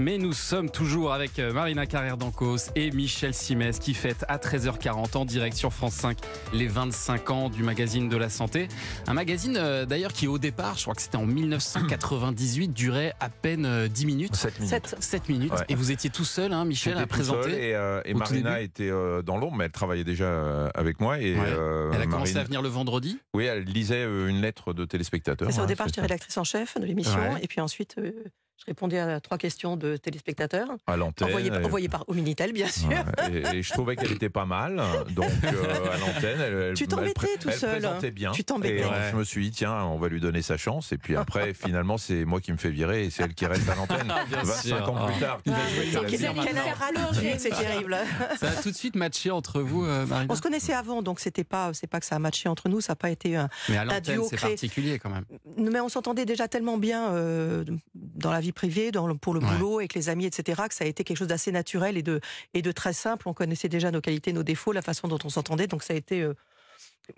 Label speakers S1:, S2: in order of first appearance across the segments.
S1: Mais nous sommes toujours avec euh, Marina Carrère d'Ancos et Michel Simès qui fête à 13h40 en direct sur France 5 les 25 ans du magazine de la santé. Un magazine euh, d'ailleurs qui au départ, je crois que c'était en 1998, durait à peine euh, 10 minutes.
S2: 7 minutes.
S3: Sept.
S1: 7 minutes.
S2: Ouais.
S1: Et vous étiez tout seul, hein, Michel,
S2: J'étais
S1: à
S2: tout seul
S1: présenter.
S2: Et, euh, et
S1: au tout
S2: Marina
S1: début.
S2: était euh, dans l'ombre, mais elle travaillait déjà euh, avec moi. Et,
S1: Ouais.
S2: euh,
S1: Elle a commencé
S2: Marina-
S1: à venir le vendredi.
S2: Oui, elle lisait euh, une lettre de téléspectateur. hein,
S3: C'est ça, au départ, j'étais
S2: c'était
S3: rédactrice en chef de l'émission,
S1: Ouais.
S3: et puis ensuite, euh, je répondais à trois questions de téléspectateurs,
S2: à l'antenne.
S3: envoyées,
S1: euh,
S2: et-
S3: envoyées par, au Minitel, bien sûr.
S2: Ouais, et, et je trouvais qu'elle était pas mal, donc euh, à l'antenne, elle, elle-
S3: Tu t'embêtais
S2: elle pré-
S3: tout
S2: elle
S3: seul.
S2: présentait bien.
S3: Tu t'embêtais.
S2: Et, euh,
S1: Ouais.
S2: Je me suis dit tiens, on va lui donner sa chance. Et puis après, finalement, c'est moi qui me fais virer et c'est elle qui reste à l'antenne.
S1: Ah, Bien
S2: 25
S1: sûr.
S2: ans plus tard.
S1: Il va
S3: Ah,
S1: jouer
S3: oui,
S1: sur la
S3: quelle-
S1: misère
S3: quelle
S1: maintenant.
S3: rallonge, c'est terrible.
S1: Ça a tout de suite matché entre vous, euh, Marina.
S3: On se connaissait avant, donc c'était pas, c'est pas que ça a matché entre nous, ça n'a pas été un,
S1: Mais à
S3: Un
S1: l'antenne,
S3: duo
S1: c'est
S3: créé.
S1: particulier quand même.
S3: Non, mais on s'entendait déjà tellement bien euh, dans la vie privée, dans le- pour le
S1: Ouais.
S3: boulot, avec les amis, etc., que ça a été quelque chose d'assez naturel et de, et de très simple. On connaissait déjà nos qualités, nos défauts, la façon dont on s'entendait, donc ça a été. euh,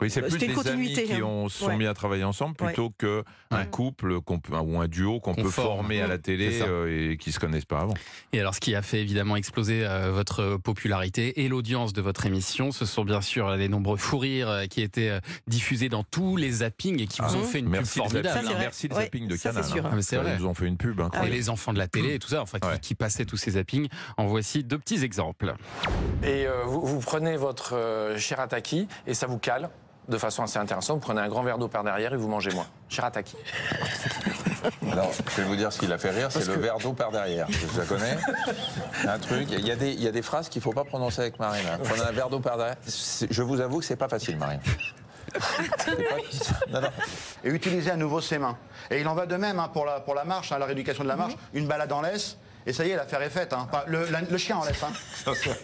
S2: Oui, c'est
S3: Euh,
S2: plus
S3: c'était
S2: des
S3: une continuité,
S2: amis qui
S3: hein.
S2: ont, se sont
S3: Ouais.
S2: mis à travailler ensemble plutôt que un
S1: Ouais.
S2: couple qu'on peut, ou un duo qu'on
S1: Qu'on
S2: peut
S1: forme.
S2: former à
S3: Mm.
S2: la
S1: C'est
S2: télé
S1: ça.
S2: euh, et qui se connaissent pas avant.
S1: Et alors, ce qui a fait évidemment exploser euh, votre popularité et l'audience de votre émission, ce sont bien sûr les nombreux fous rires euh, qui étaient euh, diffusés dans tous les zappings et qui vous
S2: Ah,
S1: ont fait une pub
S2: Merci les
S1: formidable.
S3: zappings. Ça,
S2: zappings,
S3: c'est
S2: merci les
S3: vrai.
S2: zappings de
S3: Ça, c'est
S2: Canal.
S3: sûr. hein.
S1: Ah, mais c'est vrai.
S2: Ils nous ont fait une pub
S1: Et
S2: incroyable.
S1: les enfants de la télé et tout ça, enfin, qui-
S2: Ah Ouais.
S1: qui, passaient tous ces zappings. En voici deux petits exemples.
S4: Et euh, vous, vous prenez votre euh, shirataki et ça vous cale de façon assez intéressante. Vous prenez un grand verre d'eau par derrière et vous mangez moins. Shirataki.
S5: Alors, je vais vous dire ce qui l'a fait rire, c'est le verre d'eau par derrière. Je la connais. Un truc. Il y, a des- il y a des phrases qu'il ne faut pas prononcer avec Marine. hein. Prenez un verre d'eau par derrière. C'est- Je vous avoue que c'est pas facile, Marine. C'est pas- Non, non.
S6: et utiliser à nouveau ses mains. Et il en va de même hein, pour, la, pour la marche, hein, la rééducation de la marche,
S2: Mhm.
S6: une balade en laisse. Et ça y est, l'affaire est faite. hein. Pas- le, la- le chien en laisse. hein.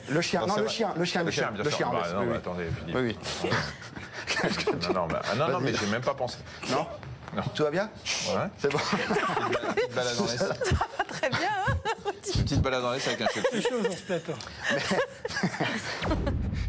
S6: Le chien,
S2: Non,
S6: non,
S2: Ah, c'est
S6: le
S2: vrai.
S6: chien, le chien,
S2: Le
S6: Michel,
S2: chien, bien
S6: le
S2: sûr.
S6: chien en
S2: Bah,
S6: laisse,
S2: non,
S6: oui,
S2: mais
S6: oui.
S2: attendez, Philippe.
S6: Oui, oui.
S2: Non, non, bah, ah, non, non, mais j'ai même pas pensé.
S6: Non
S2: Non.
S6: Tout va bien
S2: Ouais.
S6: C'est bon.
S5: Petite balade en laisse.
S3: Très bien. hein.
S5: Petite balade en laisse avec un chef.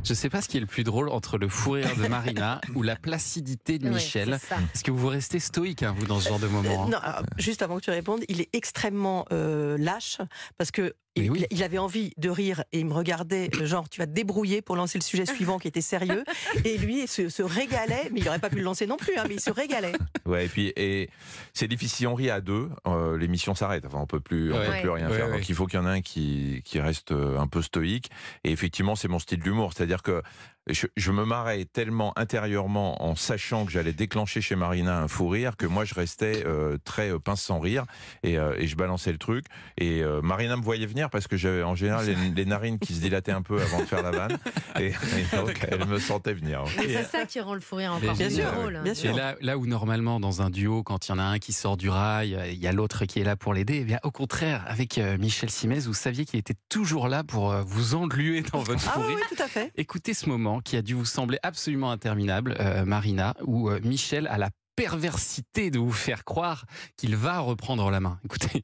S1: Je ne sais pas ce qui est le plus drôle entre le fou rire de Marina ou la placidité de
S7: Oui,
S1: Michel.
S7: c'est ça.
S1: Parce que vous restez stoïque, hein, vous, dans ce genre de moment. hein.
S3: Non, alors, juste avant que tu répondes, il est extrêmement euh, lâche parce que
S1: Mais
S3: il,
S1: oui.
S3: il avait envie de rire et il me regardait euh, genre tu vas te débrouiller pour lancer le sujet suivant qui était sérieux et lui se, se régalait, mais il n'aurait pas pu le lancer non plus, hein, mais il se régalait.
S2: Ouais, et puis et c'est difficile. Si on rit à deux, euh, l'émission s'arrête. Enfin, on peut plus, on
S1: Ouais.
S2: peut plus rien
S1: Ouais,
S2: faire.
S1: ouais.
S2: Donc, il faut qu'il y en ait un qui, qui reste euh, un peu stoïque. Et effectivement, c'est mon style d'humour. C'est-à-dire que je, je me marrais tellement intérieurement en sachant que j'allais déclencher chez Marina un fou rire que moi, je restais euh, très euh, pince sans rire et, euh, et je balançais le truc. Et euh, Marina me voyait venir parce que j'avais en général les, les narines qui se dilataient un peu avant de faire la vanne. Et, et donc, elle me sentait venir.
S7: Mais c'est ça qui rend le fou rire encore
S1: Bien
S7: plus
S3: sûr,
S7: drôle.
S3: bien
S1: Et
S3: sûr.
S1: là, là où normalement dans un duo, quand il y en a un qui sort du rail, euh, il y a l'autre qui est là pour l'aider, eh bien au contraire, avec euh, Michel Simès, vous saviez qu'il était toujours là pour euh, vous engluer dans votre
S3: Ah oui,
S1: sourire.
S3: oui, tout à fait.
S1: Écoutez ce moment qui a dû vous sembler absolument interminable, euh, Marina, où euh, Michel a la perversité de vous faire croire qu'il va reprendre la main. Écoutez,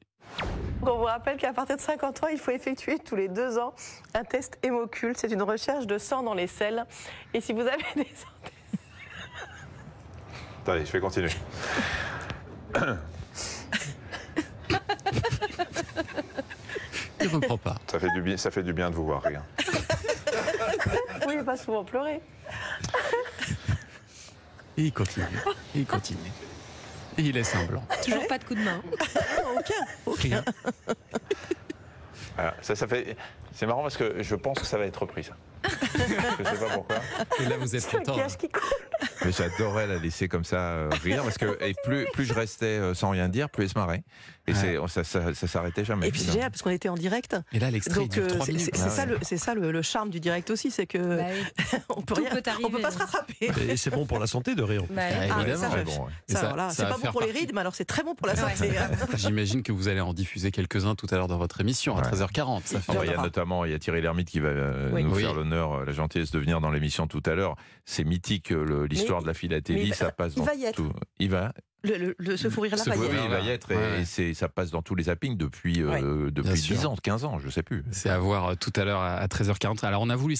S8: On vous rappelle qu'à partir de 50 ans, il faut effectuer tous les deux ans un test hémocule. C'est une recherche de sang dans les selles. Et si vous avez
S1: Bah,
S8: des
S2: Attendez, je vais continuer.
S1: il reprend pas.
S2: Ça fait du bien, ça fait du bien de vous voir rire.
S8: oui, pas souvent pleurer.
S1: Et il continue, et il continue. Et il laisse un blanc.
S7: Toujours pas de coup de main.
S3: Euh,
S1: Rien.
S2: Voilà, ça, ça fait. C'est marrant parce que je pense que ça va être repris, ça. je sais pas pourquoi.
S1: Et là vous êtes content.
S8: Maquillage qui coule.
S2: Mais j'adorais la laisser comme ça euh, rire parce que et plus, plus je restais euh, sans rien dire, plus elle se marrait. Et
S1: Ouais.
S2: c'est, ça, ça, ça s'arrêtait jamais.
S3: Et puis c'est
S2: finalement.
S3: génial parce qu'on était en direct.
S1: Et là l'extrait il
S3: Donc
S1: dure
S3: euh,
S1: 3
S3: c'est-
S1: minutes. Ah
S3: c'est c'est ça, le, c'est ça le, le charme du direct aussi, c'est que
S7: Bah oui.
S3: on peut
S7: tout
S3: rien-
S7: peut
S3: on peut
S7: arriver,
S3: pas se
S7: hein.
S3: rattraper.
S9: Et c'est bon pour la santé de rire.
S7: Bah oui.
S1: Ouais,
S3: Ah, mais
S1: évidemment.
S3: ça,
S2: Ouais,
S3: je-
S2: bon, ouais.
S1: Et
S3: Ça,
S1: ça-
S3: voilà,
S1: ça
S3: c'est
S1: va
S3: pas bon
S1: faire
S3: pour les
S1: partie.
S3: rides, mais alors c'est très bon pour la
S7: Ouais.
S3: santé. hein.
S1: J'imagine que vous allez en diffuser quelques-uns tout à l'heure dans votre émission à
S2: Ouais.
S1: 13h40. Ça fait
S2: Ah bah, il y a
S3: Viendra.
S2: notamment il y a Thierry Lhermitte qui va euh,
S3: Oui.
S2: nous
S1: Oui.
S2: faire l'honneur, euh, la gentillesse de venir dans l'émission tout à l'heure. C'est mythique euh, le- l'histoire de la
S3: mais
S2: philatélie,
S3: il va-
S2: ça passe
S3: il
S2: dans
S3: va y être.
S2: tout. Il va,
S3: Le, le- le- ce fou rire-là
S1: Ce
S3: va y
S1: fou
S2: oui,
S3: aller.
S2: oui,
S1: rire.
S2: il va y être et,
S1: Ouais.
S2: et c'est, ça passe dans tous les zappings depuis euh, depuis
S1: Bien sûr.
S2: 10 ans, 15 ans, je sais plus.
S1: C'est à voir euh, tout à l'heure à à 13h40. Alors on a voulu